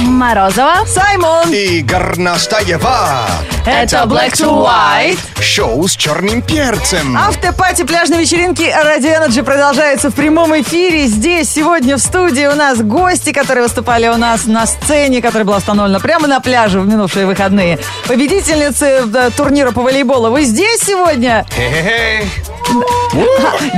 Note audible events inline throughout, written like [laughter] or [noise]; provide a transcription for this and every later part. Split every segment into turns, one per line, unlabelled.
Морозова.
Саймон!
И Горнастаева.
Это Black to White.
Шоу с черным перцем.
А? Автопати пляжной вечеринки Radio Energy продолжается в прямом эфире. Здесь сегодня в студии у нас гости, которые выступали у нас на сцене, которая была установлена прямо на пляже в минувшие выходные. Победительницы э, турнира по волейболу. Вы здесь сегодня?
Хе-хе-хе.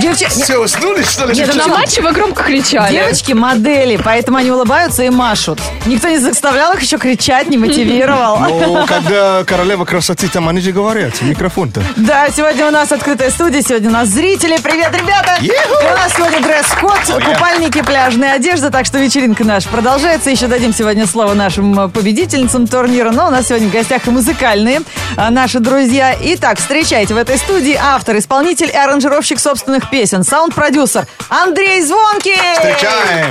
Девча-
Все, уснули, что ли?
Нет,
ну
на
Чё-
матче вы громко кричали.
Девочки модели, поэтому они улыбаются и машут. Никто не заставлял их еще кричать, не мотивировал.
Ну, когда королева красоты, там они же говорят, микрофон-то.
Да, сегодня у нас открытая студия, сегодня у нас зрители. Привет, ребята!
Е-ху!
И у нас сегодня дресс-код, купальники, пляжная одежда, так что вечеринка наша продолжается. Еще дадим сегодня слово нашим э, победительницам турнира, но у нас сегодня в гостях и музыкальные э, наши друзья. Итак, встречайте в этой студии автор, исполнитель и аранжировщик собственных песен, саунд-продюсер Андрей Звонкий!
Встречаем.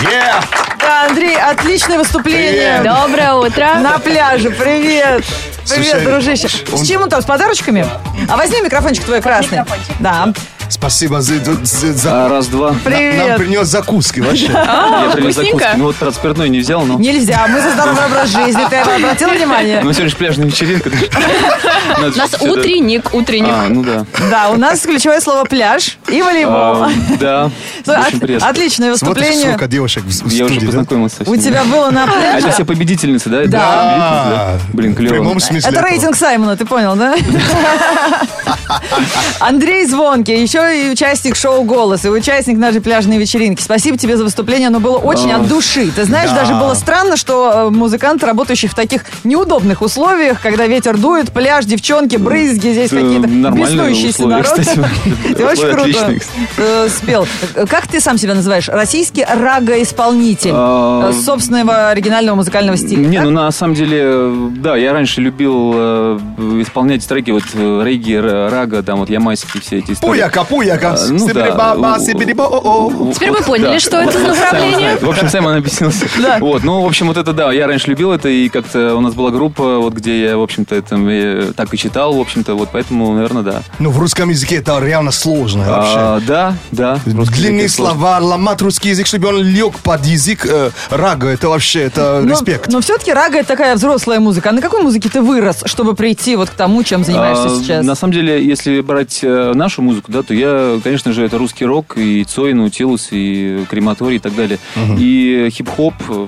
Yeah.
Да, Андрей, отличное выступление!
Привет.
Доброе
А?
утро.
На пляже, привет! Привет,
Слушай,
дружище.
он-
С чем он там, с подарочками? А возьми микрофончик твой красный. Да.
Спасибо за... за- за- за-
А, Раз, два.
Нам
Привет.
принес закуски
А,
вообще.
я привез
А, вкусненько.
закуски. Ну вот распирной не взял, но...
Нельзя, мы за здоровый образ жизни. Ты обратила внимание?
Ну сегодня же
[laughs]
пляжная вечеринка.
У нас утренник,
А,
утренник.
ну да.
Да, у нас ключевое слово пляж и волейбол.
А,
[laughs]
Да,
Ну,
Слушай,
очень
от-
приятно.
Отличное
Смотришь,
выступление.
сколько девушек в в
Я уже
студии, да?
познакомился со
У
всеми.
тебя было на
А это все
пляже.
победительницы, да?
Да.
Да. Блин,
В
клево.
прямом смысле.
Это
этого.
рейтинг Саймона, ты понял,
[laughs]
да? Андрей Звонкий, еще и участник шоу «Голос», и участник нашей пляжной вечеринки. Спасибо тебе за выступление, оно было очень от души. Ты знаешь,
Да.
даже было странно, что э, музыкант, работающий в таких неудобных условиях, когда ветер дует, пляж, девчонки, брызги, здесь
Это
какие-то
Э, нормальные
беснующиеся
условия,
народ. [laughs]
кстати.
Ты очень
Условия
круто
отличные.
э, спел. Как ты сам себя называешь? Российский рага-исполнитель
А,
э, собственного оригинального музыкального стиля.
Не,
так?
ну на самом деле, э, да, я раньше любил э, исполнять треки, вот э, регги, р- рага, там вот ямайские все эти истории.
Пуяка, пуяка.
А, ну да.
Сибири-ба-ба, сибири-ба-о-о.
ну
Теперь мы поняли, что это за
Саймон
направление.
знает. В общем, Саймон объяснился. Вот, ну, в общем, вот это да, я раньше любил это, и как-то у нас была группа, вот где я, в общем-то, это э, так и читал, в общем-то, вот поэтому, наверное, да.
Ну, в русском языке это реально сложно вообще.
А, Да, да. русский
Длинные
язык это сложно.
слова, ломать русский язык, чтобы он лег под язык. э, Рага, это вообще, это
Но-
респект.
Но, все-таки Ну, рага это такая взрослая музыка. А на какой музыке ты вырос, чтобы прийти вот к тому, чем занимаешься
А,
сейчас?
На самом деле, если брать э, нашу музыку, да, то я, конечно же, это русский рок, и Цой, Наутилус, и Крематорий и так далее. И хип-хоп, э,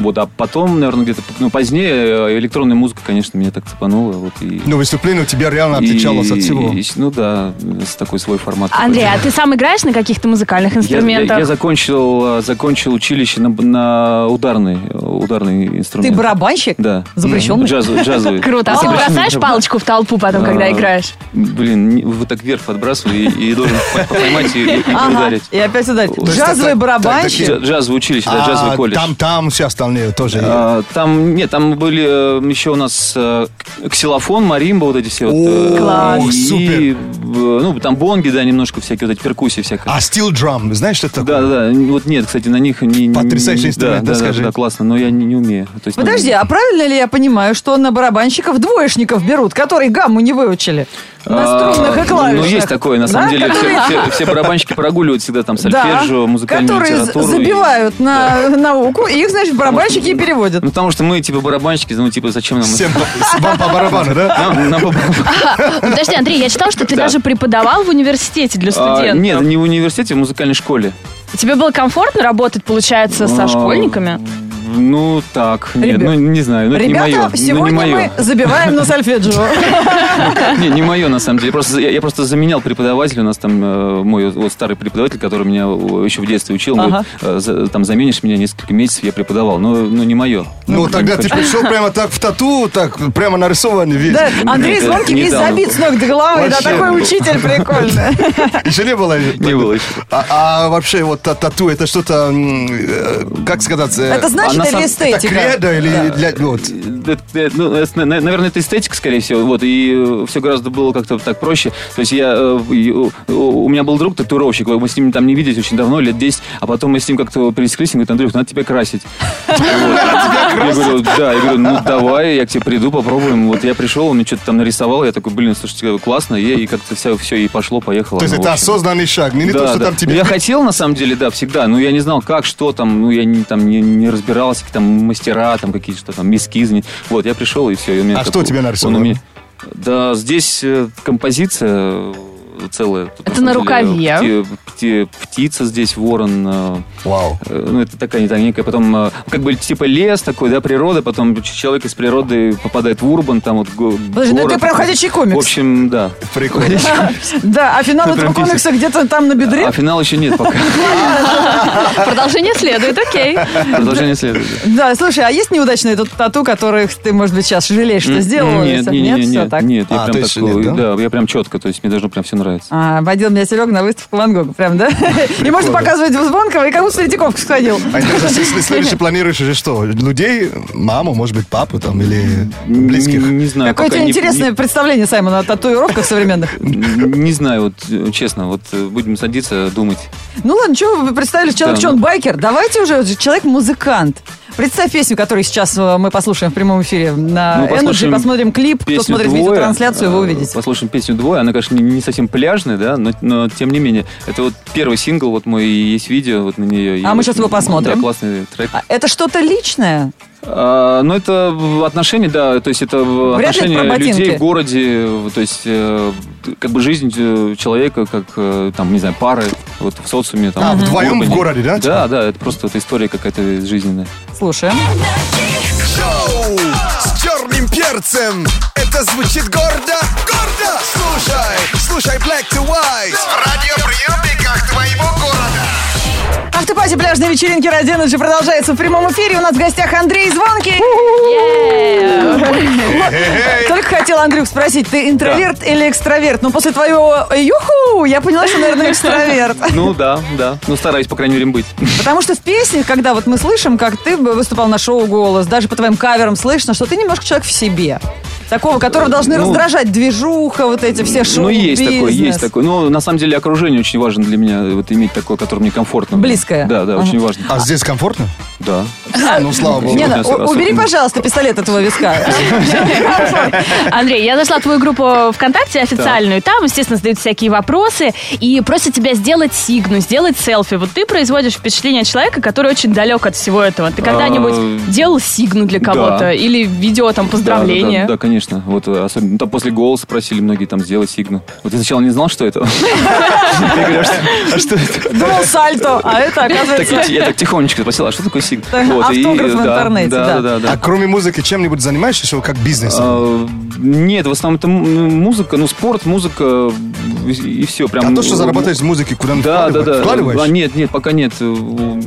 вот, а потом, наверное, где-то ну, позднее э, электронная музыка, конечно, меня так цепанула. Вот, и,
Но выступление у тебя реально отличалось
и-
от всего.
и- ну да, с такой свой формат.
Андрей,
какой-то.
а ты сам играешь на каких-то музыкальных
Я, я- я
инструментах?
закончил, э, закончил училище на, на ударный, э, ударный
Ты
инструмент.
барабанщик?
Да.
Запрещенный?
Джаз- джазовый.
Круто. А ты
Запрещенный
бросаешь
барабан.
палочку в толпу потом, когда
А,
играешь?
Блин, не- вот так вверх подбрасываю и, и должен по- поймать и, и
Ага,
ударить.
и опять ударить.
То
есть
Джазовый
это-
барабанщик?
Джа- Джазовое училище, да,
А
джазовый колледж.
Там, там все остальные тоже.
А, там, нет, там были э, еще у нас э, к- ксилофон, маримба, вот эти все. вот, э,
О, Класс.
И, э, ну, там бонги, да, немножко всякие, вот эти перкуссии всякая.
а Steel Drum, знаешь, что это
Да,
такое?
да, да. Вот нет, кстати, на них не... не-
Потрясающий
да,
инструмент, да,
да, да,
скажи.
Да, классно, но я не, не умею. То есть, ну,
Подожди, а правильно ли я понимаю, что на барабанщиков двоечников берут, которые гамму не выучили? На
А,
струнных и клавишных.
Ну, есть такое, на самом
Да,
деле. Все-
которые-
Все, все барабанщики прогуливают всегда там
[laughs] Да,
сольфеджио, музыкальную
которые
литературу. и-
забивают на [laughs] науку, и их, значит, барабанщики и переводят.
Ну, потому что мы, типа, барабанщики, ну, типа, зачем нам...
Всем по- вам по барабану, да?
Нам- нам по-
Подожди, Андрей, я читал, что ты
Да.
даже преподавал в университете для
А,
студентов.
Нет, не в университете, а в музыкальной школе.
Тебе было комфортно работать, получается, со
А,
школьниками?
Ну, так, нет,
Ребят-
ну, не знаю, ну, это не мое.
Ребята,
Ну, не
сегодня мы
мое.
забиваем
[laughs]
на сольфеджио.
Не, не мое, на самом деле. Просто, я, я просто заменял преподавателя. У нас там э, мой вот старый преподаватель, который меня э, еще в детстве учил. он
Ага.
говорит, э, за- там заменишь меня несколько месяцев, я преподавал. Но, но не мое.
Ну, тогда ты пришел прямо так в тату, так прямо нарисованный весь.
[laughs]
Да, Андрей
это
Звонкий
не
весь
дал.
забит с ног до головы. Да,
Вообще.
такой учитель
[laughs]
прикольный.
Еще не было?
Не было еще.
А, а вообще вот та- тату, это что-то, м, э, как сказать? э,
Это значит
на
или
самом-
это
эстетика?
кредо или для... Вот.
это- это, ну, это, на- наверное, это эстетика, скорее всего. Вот, и все гораздо было как-то так проще. То есть я, э, и у у меня был друг татуировщик, мы с ним там не виделись очень давно, лет 10, а потом мы с ним как-то пересеклись, и говорит, Андрюх, надо тебя красить. Я говорю, да, я говорю, ну давай, я к тебе приду, попробуем. Вот я пришел, он мне что-то там нарисовал, я такой, блин, слушайте, классно, и и как-то все, все, и пошло, поехало.
То есть
Ну, в
это
общем.
осознанный шаг, не не то,
Да,
что
да.
там тебе... [laughs]
Ну, Я хотел, на самом деле, да, всегда, но я не знал, как, что там, ну, я не, там, не, не разбирался, какие там мастера, там, какие что там, эскизы. Вот, я пришел, и все. И у меня
А
как-
что тебе нарисовано?
он у меня- Да, здесь э, композиция э, целая. Тут,
Это на
самом
рукаве.
деле, пти- пти- птица здесь, ворон, э,
Вау.
Э, ну, это такая не некая, потом э, как бы типа лес такой, да, природа, потом человек из природы попадает в урбан, там вот го-
Подожди, ну
город.
это прям ходячий комикс.
В общем, да.
Прикольно.
Да, а финал
Это
этого
прям писец.
комикса где-то там на бедре.
А финал еще
[laughs]
нет пока.
Продолжение следует, окей.
Продолжение следует. да.
Да, слушай, а есть неудачные тут тату, которых ты, может быть, сейчас жалеешь, что
М,
сделала?
Нет,
Нет,
не- не- не-
всё
нет,
так.
нет,
А,
я
то
прям
есть
такой,
нет, да?
да, я прям четко, то есть мне должно прям все нравится.
А, водил меня Серега на выставку Ван Гога, прям, да? И можно показывать в Звонкова, и кому-то Третьяков сходил.
А ты же
[laughs]
если следующий планируешь уже что? Людей, маму, может быть, папу там или близких?
Не, не знаю.
Какое у
пока
тебя
не-
интересное представление, Саймон, о татуировках современных.
Не, не знаю, вот э, честно, вот э, будем садиться, думать.
Ну ладно, что вы представили, человек,
Да,
что он
ну.
байкер? Давайте уже, человек-музыкант. Представь песню, которую сейчас э, мы послушаем в прямом эфире на
Мы
Energy,
Ну, послушаем
посмотрим клип, кто
Песню
смотрит
«Двое»,
видеотрансляцию, вы
э,
увидите.
Послушаем песню «Двое». Она, конечно, не, не совсем пляжная, да, но, но тем не менее. Это вот первый сингл, вот мой и есть видео вот на нее. И
А мы
вот,
щас его
да,
посмотрим.
классный трек.
А Это что-то личное?
А, ну, это в- отношения, да, то есть это в
Вряд ли это
отношения
про ботинки.
людей в городе, в- то есть э, как бы жизнь э, человека, как, э, там, не знаю, пары, вот в социуме. Там,
А, вдвоем
урбане.
в городе, да, типа?
Да, да, это просто вот история какая-то жизненная.
Слушаем.
Шоу с черным перцем. Это звучит гордо. Гордо. Слушай, слушай Black to White. В радиоприемниках твоего города.
Автопати пляжной вечеринки «Ради Energy» продолжается в прямом эфире. У нас в гостях Андрей Звонкий. Только хотела, Андрюх, спросить, ты интроверт или экстраверт? Ну, после твоего юху я поняла, что, наверное, экстраверт.
Ну, да, да. Ну, стараюсь, по крайней мере, быть.
Потому что в песнях, когда вот мы слышим, как ты бы выступал на шоу «Голос», даже по твоим каверам слышно, что ты немножко человек в себе. Такого, которого должны
Ну,
раздражать движуха, вот эти все шоу
Ну, есть такое, есть такое. Но на самом деле окружение очень важно для меня, вот иметь такое, которое мне комфортно.
Близкое.
Да, да,
Ага.
очень важно.
А здесь комфортно?
Да.
Ну, слава богу.
Не,
Вот
да,
нас
у- убери,
особенно.
пожалуйста, пистолет от твоего
[laughs]
виска.
Андрей, я зашла в твою группу ВКонтакте официальную. Там, естественно, задают всякие вопросы и просят тебя сделать сигну, сделать селфи. Вот ты производишь впечатление человека, который очень далек от всего этого. Ты когда-нибудь
А,
делал сигну для кого-то?
да.
Или видео, там,
Да, да,
поздравления?
да, конечно. Вот э, особенно там после голоса просили многие там сделать сигну. Вот я сначала не знал, что это. Я говорю, «А что- а что это?
Думал сальто, а это,
Так я
оказывается...
ти- я так тихонечко спросил, а что такое сигну?
Так,
Вот, и,
автограф
э,
в
да,
интернете, да.
Да, да,
А
да.
кроме музыки чем-нибудь занимаешься еще как бизнесом?
А, Нет, в основном это м- музыка, ну спорт, музыка и- и все. Прям
А то, что зарабатываешь с музыки, куда-нибудь
Да, да, да. А,
вкладываешь?
нет, нет, пока нет. Э,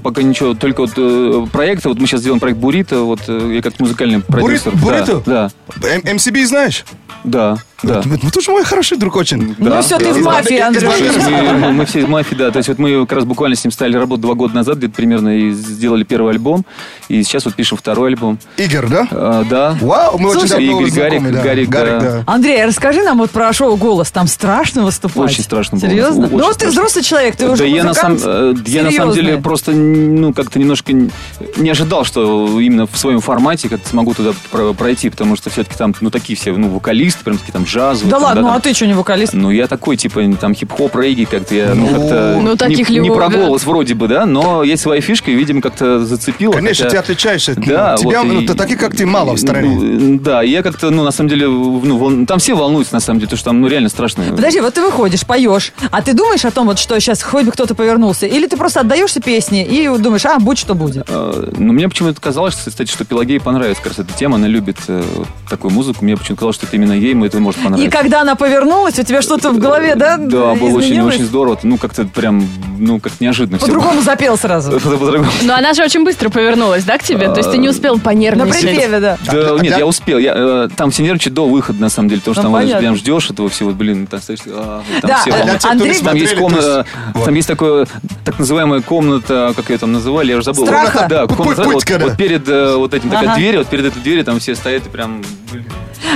Пока ничего. Только вот э, проекты. Вот мы сейчас делаем проект Бурито. Вот э, я как музыкальный продюсер. Да,
Бурито?
Да,
М- MCB знаешь?
да, да.
Ну, ты же мой хороший друг очень.
Ну
да.
все, ты в
Из-
мафии,
из-
Андрей.
То есть Мы, мы все из мафии, да. То есть вот мы как раз буквально с ним стали работать два года назад, где-то примерно, и сделали первый альбом. И сейчас вот пишем второй альбом.
Игорь, да?
А, да.
Вау, мы очень
Слушай,
давно
Игорь,
знакомы,
Гарик,
да.
Гарик,
Гарик,
да.
да.
Андрей, расскажи нам вот про шоу «Голос». Там страшно выступать.
Очень страшно было.
Серьезно?
Очень
ну, вот ты
страшно.
взрослый человек, ты уже
да я на, самом,
музыкант
э, я на самом
серьезный.
деле просто ну как-то немножко н- не ожидал, что именно в своем формате как-то смогу туда про- пройти, потому что все-таки там ну такие все ну вокалисты прям такие там джазовые.
Да
там,
ладно, ну
там.
а ты что, не вокалист?
Ну, я такой, типа, там, хип-хоп, регги как-то. Я, ну, как-то
Ну,
не-
таких
не,
львов,
про
да.
голос вроде бы, да, но есть своя фишка, и, видимо, как-то зацепило.
Конечно, ты
хотя-
отличаешься.
А, Да,
Тебя,
вот,
ну,
и-
т- таких, как ты, мало в стране.
Ну, Да, и я как-то, ну, на самом деле, ну, волн- там все волнуются, на самом деле, потому что там, ну, реально страшно.
Подожди, вот ты выходишь, поешь, а ты думаешь о том, вот что сейчас хоть бы кто-то повернулся? Или ты просто отдаешься песне и думаешь, а, будь что будет?
Э, Но мне почему-то казалось, кстати, что Пелагеи понравилась как раз эта тема. Она любит э, такую музыку. Мне почему-то казалось, что это именно ей. Мы это, может, понравится.
И когда она повернулась, у тебя что-то в голове, да?
Да, было очень,
изменилось?
очень здорово. Ну, как-то прям, ну, как неожиданно всё
По-другому запел
[laughs]
сразу.
было. По-другому.
Но она же очень быстро повернулась, да, к тебе? То есть
А,
ты не успел
На
понервничать.
припеве, да.
Да,
а
нет,
как-
я успел. Я, э, там все нервничают до выхода, на самом деле, потому что
Ну,
там вот
понятно.
прям ждешь этого всего, блин, там стоишь, а, там
Да,
все
а,
волнуются.
Андрей-
Там есть
Смотрели, то
комната,
есть, вот.
там есть такое, так называемая комната, как ее там называли, я уже забыл.
Страха.
Да,
Пу-
комната,
путь,
вот,
когда.
вот перед э, вот этим такая
Ага.
дверь, вот перед этой дверью там все стоят и прям, блин.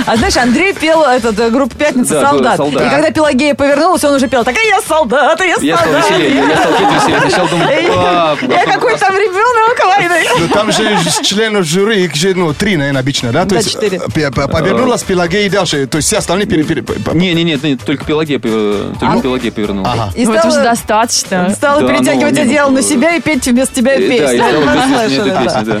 А знаешь, Андрей пел этот э, группа «Пятница»
Да,
«Солдат».
«Солдат».
И когда Пелагея повернулась, он уже пел «Так а я солдат, а я
Я стал
солдат».
веселее, я стал петь веселее. Сначала
Эй,
думаю,
Я
«А,
какой там ребенок, Лайна.
Ну, там же ж- членов жюри, их же, ну, три, наверное, обычно, да? То
Да,
есть,
четыре.
э, п- п- повернулась Пелагея и дальше, то есть все остальные пере- пере- п- п-
Не, не, нет, нет, только Пелагея, пов-
А?
только Пелагея повернула.
Ага.
И
Ну, это уже
стала,
достаточно.
стала
Да, ну,
перетягивать
не, ну,
одеяло на себя и петь вместо тебя
Э, да,
песню.
и
[laughs]
стала
Понимаешь,
вместе с ней
что
эту
это?
песню, да.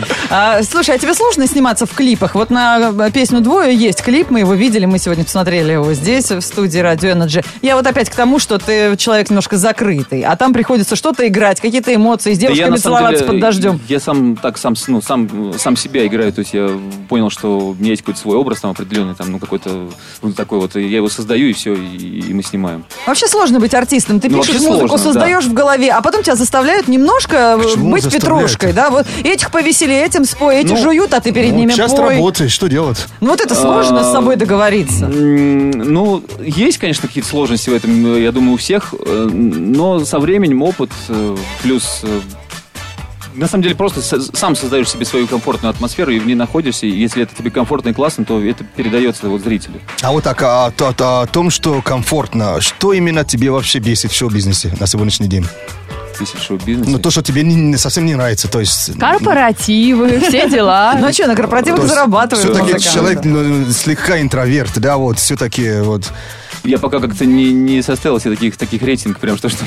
А, слушай, а тебе сложно сниматься в клипах? Вот на э, песню «Двое» есть клип, мы его видели, мы сегодня посмотрели его здесь, в студии «Радио Energy. Я вот опять к тому, что ты человек немножко закрытый, а там приходится что-то играть, какие-то эмоции, с
Да я,
девушками
на самом
целоваться
деле,
под дождем.
Я сам так сам, с- ну, сам, сам себя играю, то есть я понял, что у меня есть какой-то свой образ там определенный, там, ну, какой-то ну, такой вот, и я его создаю, и все, и, и мы снимаем.
Вообще сложно быть артистом. Ты
Ну,
пишешь
вообще
музыку,
сложно,
создаешь в голове, а потом тебя заставляют немножко э,
Почему
быть
заставляют?
петрушкой. Да? Вот этих повесили, этим спой, эти
Ну,
жуют, а ты перед
Ну,
ними
Сейчас
пой.
работаешь, что делать?
Ну вот это сложно с собой
А,
договориться.
М, Ну, есть, конечно, какие-то сложности в этом, э, я думаю, у всех, э, но со временем опыт э, плюс... э, На самом деле просто со- сам создаешь себе свою комфортную атмосферу и в ней находишься. И если это тебе комфортно и классно, то это передается вот зрителю.
А вот так, а, то- то- о том, что комфортно, что именно тебе вообще бесит в шоу-бизнесе на сегодняшний день?
Тысяч шоу-бизнеса.
Ну, то, что тебе не- не- совсем не нравится, то есть...
Корпоративы, все дела.
Ну а что, на корпоративах
То есть
зарабатывают
Все-таки
музыканты.
человек ну, слегка интроверт, да, вот, все-таки вот...
Я пока как-то не, не составил себе таких, таких рейтинг, прям что что.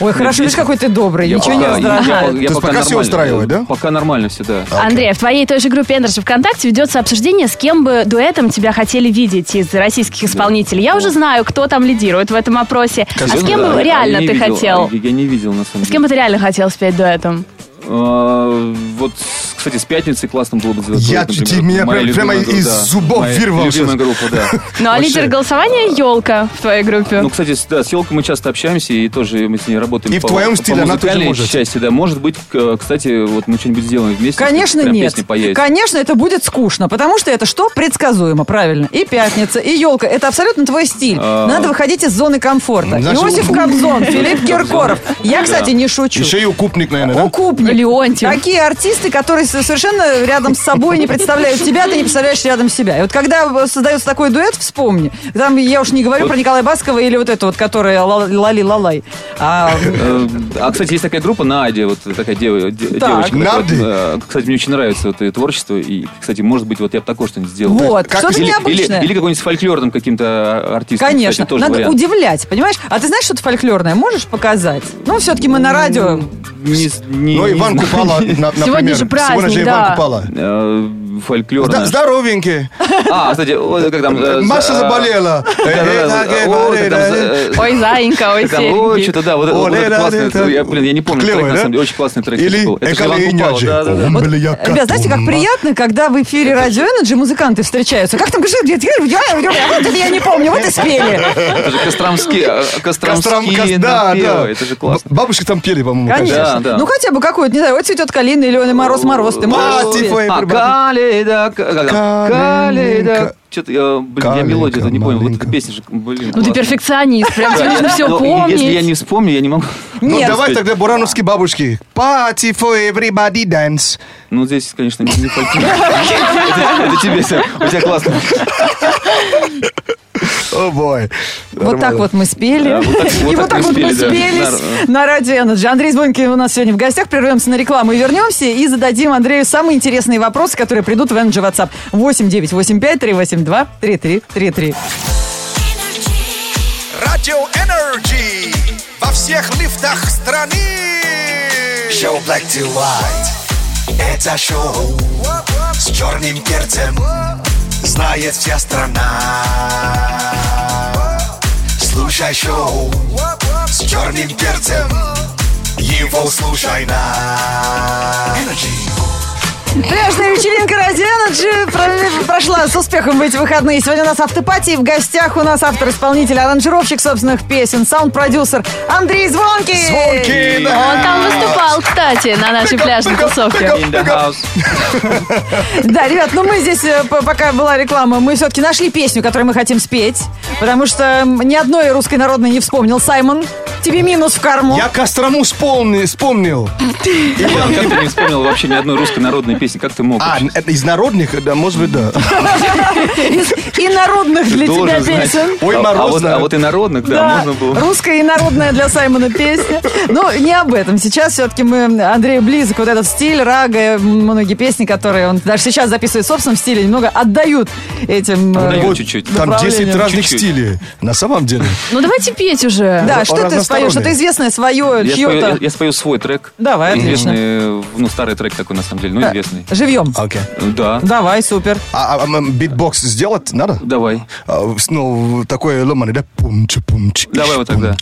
Ой, хорошо, видишь, какой ты добрый,
Я
ничего не
пока- я- я
раздражает.
есть пока всё
нормально,
устраивает, да?
Пока нормально все, да.
Андрей, а в твоей той же группе Energy ВКонтакте ведется обсуждение, с кем бы дуэтом тебя хотели видеть из российских исполнителей. Я уже знаю, кто там лидирует в этом опросе. А с
Серьезно?
кем
Да,
бы
я-
реально
я не
ты
видел,
хотел?
Я, я не видел, на самом
С кем
деле.
бы ты реально хотел спеть дуэтом?
А, Вот, кстати, с пятницы классно было бы сделать.
Я
дуэт,
чуть-
например.
меня
Моя
прям-
любимая
прямо
группа,
из
да.
зубов
Моя
вырвал
Любимая
щас.
группа,
[laughs]
да.
Ну, а лидер голосования елка в твоей группе.
Ну, кстати, с- да, с Елкой мы часто общаемся, и тоже мы с ней работаем.
И в
по-
твоем
по
стиле она тоже
музыкальной
может.
части, да. Может быть, к- кстати, вот мы что-нибудь сделаем вместе.
Конечно,
прям
нет.
песни появится.
Конечно, это будет скучно, потому что это что? Предсказуемо, правильно. И пятница, и елка. Это абсолютно твой стиль.
А.
Надо выходить из зоны комфорта.
Знаешь,
Иосиф
у-
Кобзон, Филипп Киркоров. Я, кстати, не шучу.
Еще и укупник, наверное, да?
Укупник.
Леонтьев.
Такие артисты, которые с- совершенно рядом с собой не представляют тебя, ты не представляешь рядом себя. И вот когда создается такой дуэт, вспомни. Там я уж не говорю про Николая Баскова или вот это вот, которая ла- лали-лалай. А,
Э, А, кстати, есть такая группа Надя, вот такая дев- де-
Так.
девочка.
Нарды?
вот, э, Кстати, мне очень нравится вот это творчество. И, кстати, может быть, вот я бы такое что-нибудь сделал.
вот,
как
что-то
Или,
необычное.
или- или какой-нибудь с фольклорным каким-то артистом.
Конечно,
кстати, тоже
надо
вариант.
удивлять, понимаешь? А ты знаешь что-то фольклорное? Можешь показать? Ну, все-таки мы на радио.
Не, с- не-
Ну,
не
Иван
знаю.
Купала, на- например.
Сегодня же праздник,
Сегодня же
да.
Иван Купала.
Э,
Да,
Фольклорное.
здоровенький.
А, кстати, вот как там... э,
Маша
э,
заболела.
да-да-да,
Э, э,
вот
э,
это там,
э,
э,
Ой, заинька, ой,
как там, Ой,
серенький.
что-то, да, вот это- вот
Оле,
это
да,
классный
да, да.
трек. Я, блин, я не помню
Клевый,
трек, на
да?
самом деле, очень классный трек.
Или
был. Это же
«Эколей
Иван Купала,
Няджи».
да-да-да.
Он
Вот, э,
был я
ребят, знаете, как
катун.
приятно, когда в эфире радио Energy музыканты встречаются. Как там говоришь, я- я- я- я- вот это я не помню, вот и спели.
Это же Костромские, э,
Костром-
Костромские
кос- да,
напевы.
да.
Это же классно.
Б- Бабушки там пели, по-моему.
Конечно.
Да, да.
Ну, хотя бы какую-то, не знаю, вот цветет калина или он Мороз Мороз. Ты можешь
Мать
спеть.
твою.
А, калейда,
Калейда.
калейда. Что-то я, блин, я
Калейка,
мелодию-то не понял. Вот
маленька.
эта песня же, блин.
Ну, ты
классная.
перфекционист, прям тебе нужно все
Ну, Если я
помнить.
не вспомню, я не могу.
Ну,
Нет.
давай тогда бурановские бабушки. Party for everybody dance.
Ну, здесь, конечно,
[laughs]
не фольклор. Это это тебе, Сань, у тебя классно.
О, бой.
Вот так вот мы спели.
Да, вот так-
[laughs] И вот так вот мы
да.
спелись
Нар-
на радио Energy. Андрей Звонкин у нас сегодня в гостях. Прервемся на рекламу и вернемся. И зададим Андрею самые интересные вопросы, которые придут в Energy WhatsApp. 8985 382 3333.
Радио Energy во всех лифтах страны. Шоу Black to White. Это шоу с черным перцем. Знает вся страна. Слушай шоу с черным перцем. Его слушай на Energy.
Пляжная вечеринка радио Energy. Про- Неделя прошла с успехом в эти выходные. Сегодня у нас автопати. В гостях у нас автор-исполнитель, аранжировщик собственных песен, саунд-продюсер Андрей Звонкий.
Звонки, да.
Он там выступал, кстати, на нашей пляжной тусовке.
In the house.
Да, ребят, ну мы здесь, э, п- пока была реклама, мы все-таки нашли песню, которую мы хотим спеть. Потому что м, ни одной русской народной не вспомнил. Саймон, тебе минус в карму.
Я Кострому вспомни- вспомнил.
Иван, как ты не вспомнил вообще ни одной русской народной песни? Как ты мог?
А,
вообще?
это из народных, да, может быть, да.
Из инородных для
Должен
тебя
знать.
песен.
Ой,
А- а
мороз,
вот-
да.
А вот и народных, да, можно было.
русская и народная для Саймона песня. Но не об этом. Сейчас все-таки мы Андрею близок вот этот стиль, рага, э, многие песни, которые он даже сейчас записывает в собственном стиле, немного отдают этим. э,
Отдают.
Вот
Ну, чуть-чуть.
Там
Направление.
10 разных
Чуть-чуть.
стилей. На самом
[laughs]
деле.
Ну давайте петь уже.
Да,
Он
что ты
разносторонний.
споешь? Что-то известное свое, чье-то.
Я спою, я- я спою свой трек.
Давай, отлично.
Известный, ну, старый трек такой, на самом деле, ну, известный.
Живьем.
Окей.
Да,
Давай, супер.
А а, м, битбокс сделать надо?
давай.
А, с- Ну, такое ломаное, да? Пум-чи-пум-чи.
Давай вот так, да.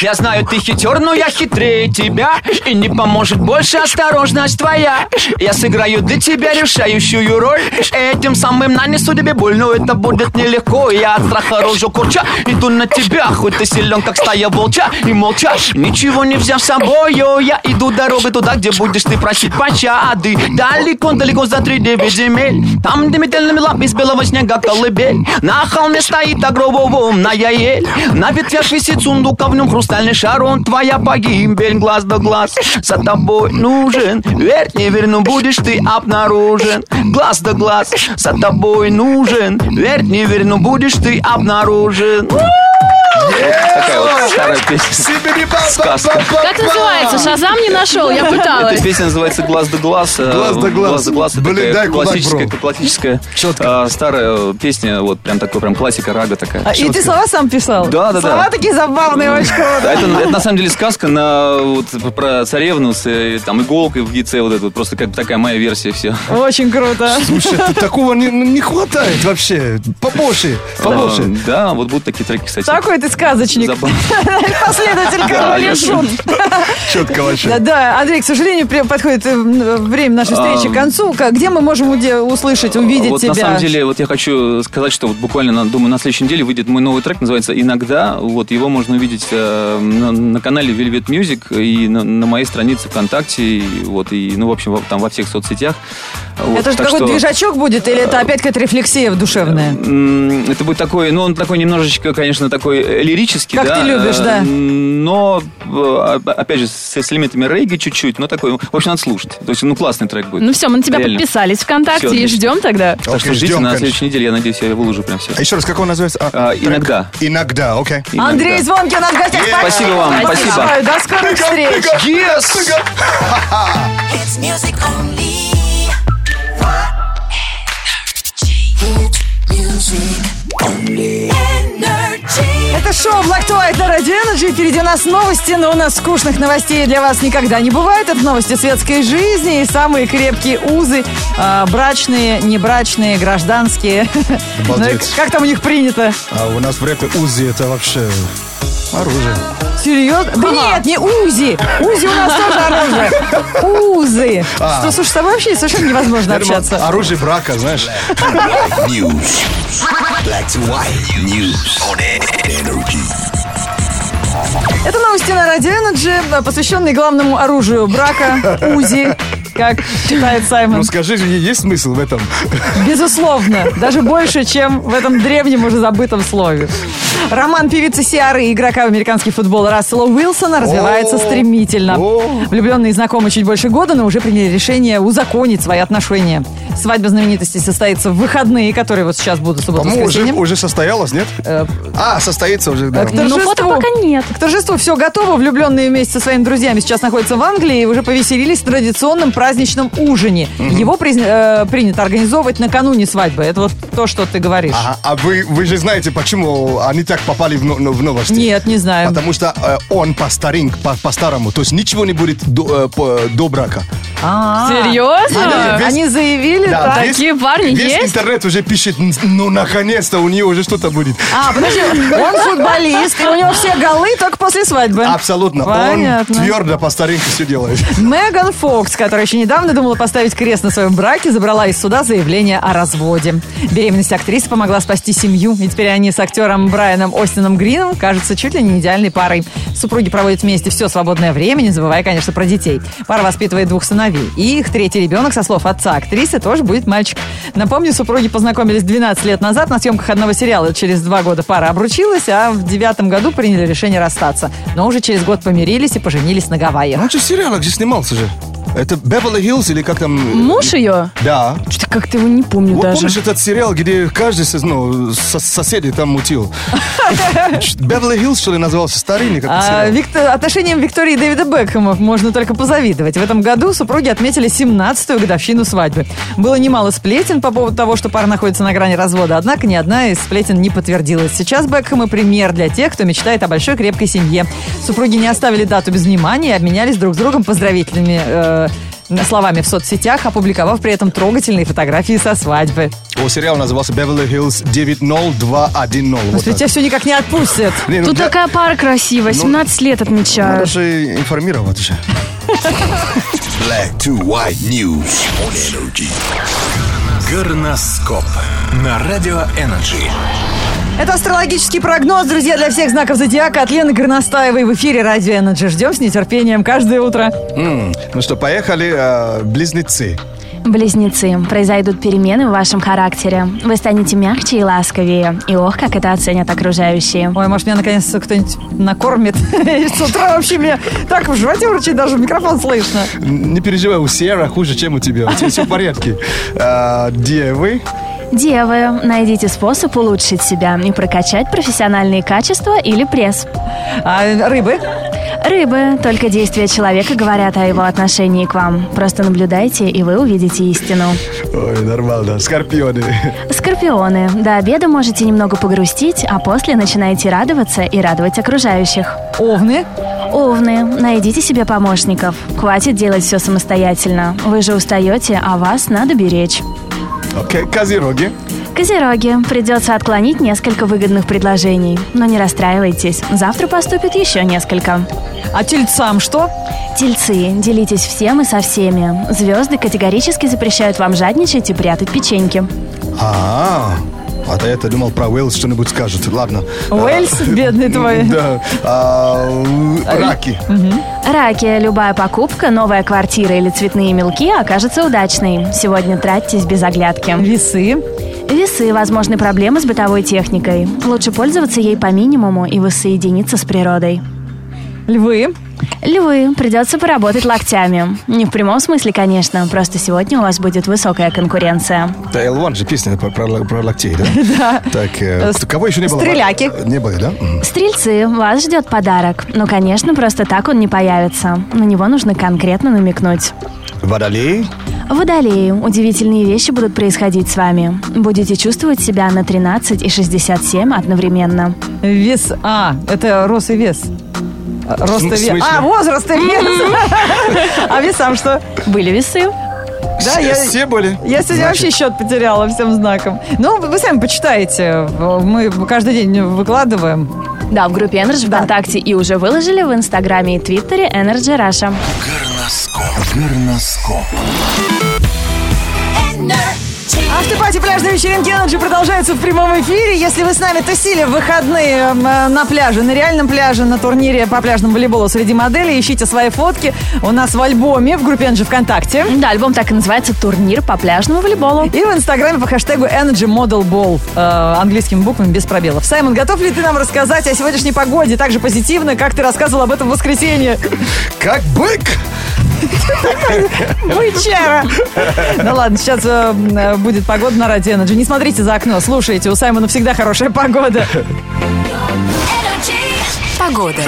Я знаю, ты хитер, но я хитрее тебя И не поможет больше осторожность твоя Я сыграю для тебя решающую роль Этим самым нанесу тебе боль Но это будет нелегко Я от страха рожу курча Иду на тебя, хоть ты силен, как стая волча И молча, ничего не взяв с собою Я иду дорогой туда, где будешь ты просить пощады Далеко, далеко за три девять земель Там, где метельными лапами из белого снега колыбель На холме стоит огромная ель На ветвях висит сундук, а в нем хрустальный шар Он твоя погибель, глаз да глаз За тобой нужен Верь, не верь, но будешь ты обнаружен Глаз да глаз За тобой нужен Верь, не верь, но будешь ты обнаружен
Такая вот старая песня. Сказка.
Как называется? Шазам не нашел, я пыталась.
Эта песня называется «Глаз да глаз». Э,
«Глаз да глаз».
«Глаз да глаз» — это
Блин,
такая
дай кулак,
классическая,
бро.
классическая
Чётко.
э, старая песня, вот прям такой, прям классика рага такая.
А, И ты слова сам писал?
Да, да, да.
Слова такие забавные, очень
[laughs]
круто.
А Это, это на самом деле сказка на, вот, про царевну с э, там, иголкой в яйце. Вот это вот, просто как бы такая моя версия все.
Очень круто.
Слушай, тут такого не- ну, не хватает вообще. Побольше, побольше.
Э, Да, вот будут такие треки, кстати.
Такой ты сказочник.
Забавно.
Последователь
Да,
короля
я-
шут.
Четко
Да,
вообще.
да, Андрей, к сожалению, прям подходит э, м, время нашей встречи к концу. Как- Где мы можем уде- услышать, увидеть
А. вот
тебя?
на самом деле, вот я хочу сказать, что вот буквально, на- думаю, на следующей неделе выйдет мой новый трек, называется «Иногда». Вот его можно увидеть э, на, на канале Velvet Music и на, на моей странице ВКонтакте, и, вот, и, ну, в общем, во- там во всех соцсетях. Вот,
это же
так
какой-то
что-
движачок будет, или это опять какая-то рефлексия душевная?
М, Это будет такой, ну, он такой немножечко, конечно, такой э, лирический,
Как
да.
ты любишь,
э,
да.
Но, э, оп- опять же, с, с элементами регги чуть-чуть, но такой, в общем, надо слушать. То есть, ну, классный трек будет.
Ну все, мы на тебя
Реально.
подписались ВКонтакте
Всё,
и
отлично.
ждем тогда.
Так что
Окей,
ждите,
ждем,
на
конечно.
следующей неделе, я надеюсь, я выложу прям все.
А Еще раз, как он называется? А,
А, иногда.
Иногда, окей.
Иногда.
Андрей Звонкин, у нас в гостях.
Спасибо вам,
Спасибо.
спасибо.
До скорых встреч.
It's music only. It's music only. Energy.
Это шоу Black to White на Радио Energy. Впереди у нас новости, но у нас скучных новостей для вас никогда не бывает. Это новости светской жизни и самые крепкие узы. а, брачные, небрачные, гражданские.
Обалдеть.
Ну и к- Как там у них принято?
А у нас в рэпе УЗИ это вообще оружие.
Серьезно? Да нет, не УЗИ. УЗИ у нас тоже оружие. УЗы.
А.
Что, слушай, с тобой вообще совершенно невозможно
Я думал,
общаться.
оружие брака, знаешь.
News. Black to white. News on energy.
А.
Это новости на Радио Energy, посвященные главному оружию брака, УЗИ, как считает Саймон.
Ну скажи, е- есть смысл в этом?
Безусловно, даже больше, чем в этом древнем уже забытом слове. Роман певицы Сиары и игрока в американский футбол Рассела Уилсона развивается
О,
стремительно.
о.
Влюбленные и знакомы чуть больше года, но уже приняли решение узаконить свои отношения. Свадьба знаменитости состоится в выходные, которые вот сейчас будут суббота
По-моему, уже,
воскресенье.
уже состоялось, нет?
Э,
А, состоится уже, да.
К
Ну, фото
торжеству.
пока нет.
К торжеству все готово. Влюбленные вместе со своими друзьями сейчас находятся в Англии и уже повеселились в традиционном праздничном ужине. Его приз- э, принято организовывать накануне свадьбы. Это вот то, что ты говоришь.
Ага, а вы, вы же знаете, почему они так попали в, но- но- в новости?
Нет, не знаю.
Потому что э, он по старинг, по, старому, то есть ничего не будет до, э, по- до брака.
А,
Серьезно?
Да, весь-
Они заявили,
Да,
так?
весь-
такие парни
весь
есть?
интернет уже пишет, «Н- ну наконец-то у нее уже что-то будет.
А, подожди, он футболист, и у него все голы только после свадьбы.
А,
Абсолютно.
Понятно.
Он твердо по старинке все делает.
Меган Фокс, которая еще недавно думала поставить крест на своем браке, забрала из суда заявление о разводе. Беременность актрисы помогла спасти семью, и теперь они с актером Брайаном Остином Грином кажутся чуть ли не идеальной парой. Супруги проводят вместе все свободное время, не забывая, конечно, про детей. Пара воспитывает двух сыновей. И их третий ребенок, со слов отца актрисы, тоже будет мальчик. Напомню, супруги познакомились 12 лет назад на съемках одного сериала. Через два года пара обручилась, а в девятом году приняли решение расстаться. Но уже через год помирились и поженились на Гавайях.
Он же Ну, а в сериалах же снимался же. Это Беверли Хиллз или как там?
Муж ее?
Да.
Что-то как-то его не помню
Вот
даже.
помнишь этот сериал, где каждый сос- ну, со- соседей
[laughs]
там мутил? Беверли Хиллз, что ли, назывался? Старый или как-то
А,
сериал?
Виктор- отношениям Виктории и Дэвида Бекхэма можно только позавидовать. В этом году супруги отметили 17-ю годовщину свадьбы. Было немало сплетен по поводу того, что пара находится на грани развода, однако ни одна из сплетен не подтвердилась. Сейчас Бекхэм и пример для тех, кто мечтает о большой крепкой семье. Супруги не оставили дату без внимания и обменялись друг с другом поздравительными э, словами в соцсетях, опубликовав при этом трогательные фотографии со свадьбы.
О, сериал назывался Беверли Хиллз 90210. Вот
Господи, тебя
так.
все никак не отпустят.
Не, ну,
Тут
да-
такая пара красивая, 17 лет
Надо
отмечают.
же информировать же.
Black to white news on energy.
Горноскоп на радио Энерджи.
Это астрологический прогноз, друзья, для всех знаков зодиака от Лены Горностаевой в эфире Радио Энерджи. Ждем с нетерпением каждое утро.
М, Ну что, поехали, э, близнецы.
Близнецы, произойдут перемены в вашем характере. Вы станете мягче и ласковее. И ох, как это оценят окружающие.
Ой, может, меня наконец-то кто-нибудь накормит. [laughs] С утра вообще меня так в животе урчит, даже в микрофон слышно.
Н- Не переживай, у Сера хуже, чем у тебя. У тебя все в порядке. А, Девы.
Девы, найдите способ улучшить себя и прокачать профессиональные качества или пресс.
А рыбы?
Рыбы, только действия человека говорят о его отношении к вам. Просто наблюдайте, и вы увидите истину.
Ой, нормально. Скорпионы.
Скорпионы, до обеда можете немного погрустить, а после начинаете радоваться и радовать окружающих.
Овны?
Овны, найдите себе помощников. Хватит делать все самостоятельно. Вы же устаете, а вас надо беречь.
Окей, козероги.
Козероги, придется отклонить несколько выгодных предложений. Но не расстраивайтесь, завтра поступит еще несколько.
А тельцам что?
Тельцы, делитесь всем и со всеми. Звезды категорически запрещают вам жадничать и прятать печеньки.
А, а то я-то думал про Уэллс что-нибудь скажет. Ладно. А,
Уэльс, бедный твой.
Да. А, у- Раки.
Раки, любая покупка, новая квартира или цветные мелки окажется удачной. Сегодня тратьтесь без оглядки.
Весы.
Весы – возможны проблемы с бытовой техникой. Лучше пользоваться ей по минимуму и воссоединиться с природой.
Львы.
Львы, придется поработать локтями. Не в прямом смысле, конечно, просто сегодня у вас будет высокая конкуренция.
Да, Элван же песня про, про ло- про локтей,
[laughs]
да? Да. Так, э,
Э,
кто- кого еще не было?
стреляки.
Не было, да? Мгм.
Стрельцы, вас ждет подарок. Но, конечно, просто так он не появится. На него нужно конкретно намекнуть.
Водолей.
Водолеи, удивительные вещи будут происходить с вами. Будете чувствовать себя на 13 и 67 одновременно.
Вес. А, это рост и вес. Рост и
В смысле? М-м-м.
вес. А, возраст и вес. [laughs] А весам что?
Были весы?
Да,
все,
я-
все были.
Я сегодня вообще счет потеряла всем знаком. Ну, вы сами почитаете. Мы каждый день выкладываем.
Да, в группе Energy ВКонтакте и уже выложили в Инстаграме и Твиттере Energy Раша.
Горноскоп. Горноскоп.
energy,
Автопати пляжной вечеринки Energy продолжаются в прямом эфире. Если вы с нами тусили в выходные м, э, на пляже, на реальном пляже, на турнире по пляжному волейболу среди моделей, ищите свои фотки у нас в альбоме в группе Energy ВКонтакте.
Да, альбом так и называется «Турнир по пляжному волейболу».
И в инстаграме по хэштегу Energy Model Ball э, английскими буквами без пробелов. Саймон, готов ли ты нам рассказать о сегодняшней погоде так же позитивно, как ты рассказывал об этом в воскресенье?
Как бык.
Бычара. Ну ладно, сейчас э, э, будет погода на Радио Energy. Не смотрите за окно, слушайте. У Саймона всегда хорошая погода.
energy. Погода.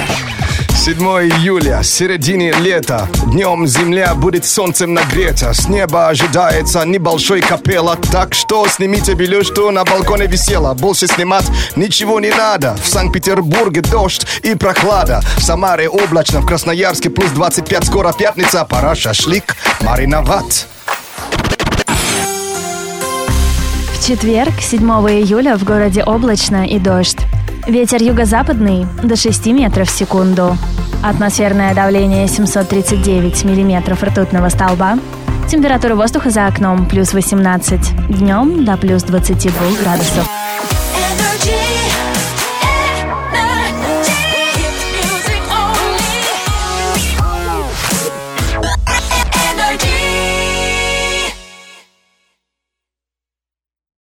7 июля, середине лета. Днем земля будет солнцем нагрета. С неба ожидается небольшой капелла. Так что снимите белье, что на балконе висело. Больше снимать ничего не надо. В Санкт-Петербурге дождь и прохлада. В Самаре облачно, в Красноярске плюс 25. Скоро пятница, пора шашлик мариновать.
В четверг, 7 июля, в городе облачно и дождь. Ветер юго-западный до 6 метров в секунду. Атмосферное давление 739 миллиметров ртутного столба. Температура воздуха за окном плюс 18. Днем до плюс 22 градусов.